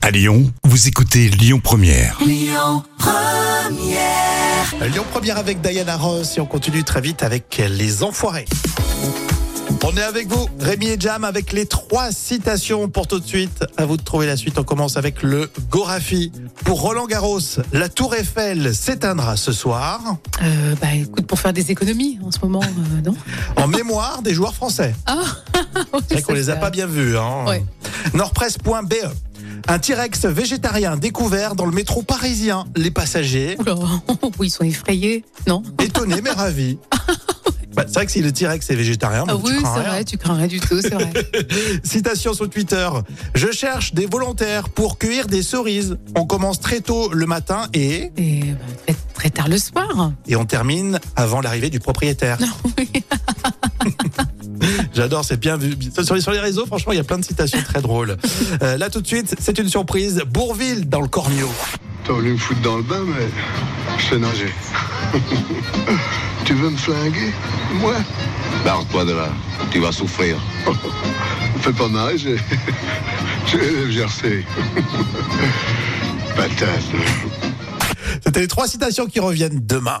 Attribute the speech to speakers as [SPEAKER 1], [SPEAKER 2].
[SPEAKER 1] À Lyon, vous écoutez Lyon Première.
[SPEAKER 2] Lyon Première avec Diana Ross et on continue très vite avec les enfoirés. On est avec vous, Rémi et Jam, avec les trois citations pour tout de suite. À vous de trouver la suite. On commence avec le Gorafi. Pour Roland Garros, la Tour Eiffel s'éteindra ce soir
[SPEAKER 3] Euh, bah écoute, pour faire des économies en ce moment, euh, non
[SPEAKER 2] en mémoire des joueurs français.
[SPEAKER 3] Ah
[SPEAKER 2] C'est vrai qu'on les a pas bien vus. Hein.
[SPEAKER 3] Ouais.
[SPEAKER 2] Nordpresse.be. Un T-Rex végétarien découvert dans le métro parisien. Les passagers
[SPEAKER 3] Oula, oui, ils sont effrayés, non
[SPEAKER 2] Étonné mais ravi. c'est vrai que si le T-Rex est végétarien,
[SPEAKER 3] Ah
[SPEAKER 2] bon, tu
[SPEAKER 3] oui,
[SPEAKER 2] crains
[SPEAKER 3] c'est
[SPEAKER 2] rien.
[SPEAKER 3] vrai, tu crains rien du tout, c'est vrai.
[SPEAKER 2] Citation sur Twitter. Je cherche des volontaires pour cueillir des cerises. On commence très tôt le matin et,
[SPEAKER 3] Et bah, très, très tard le soir.
[SPEAKER 2] et on termine avant l'arrivée du propriétaire.
[SPEAKER 3] oui.
[SPEAKER 2] J'adore, c'est bien vu. Sur les, sur les réseaux, franchement, il y a plein de citations très drôles. Euh, là, tout de suite, c'est une surprise. Bourville dans le Cornio.
[SPEAKER 4] T'as voulu me foutre dans le bain, mais je sais nager. tu veux me flinguer Moi
[SPEAKER 5] Barre-toi de là, tu vas souffrir.
[SPEAKER 4] Fais pas mal, j'ai j'ai le GRC. Patate.
[SPEAKER 2] C'était les trois citations qui reviennent demain.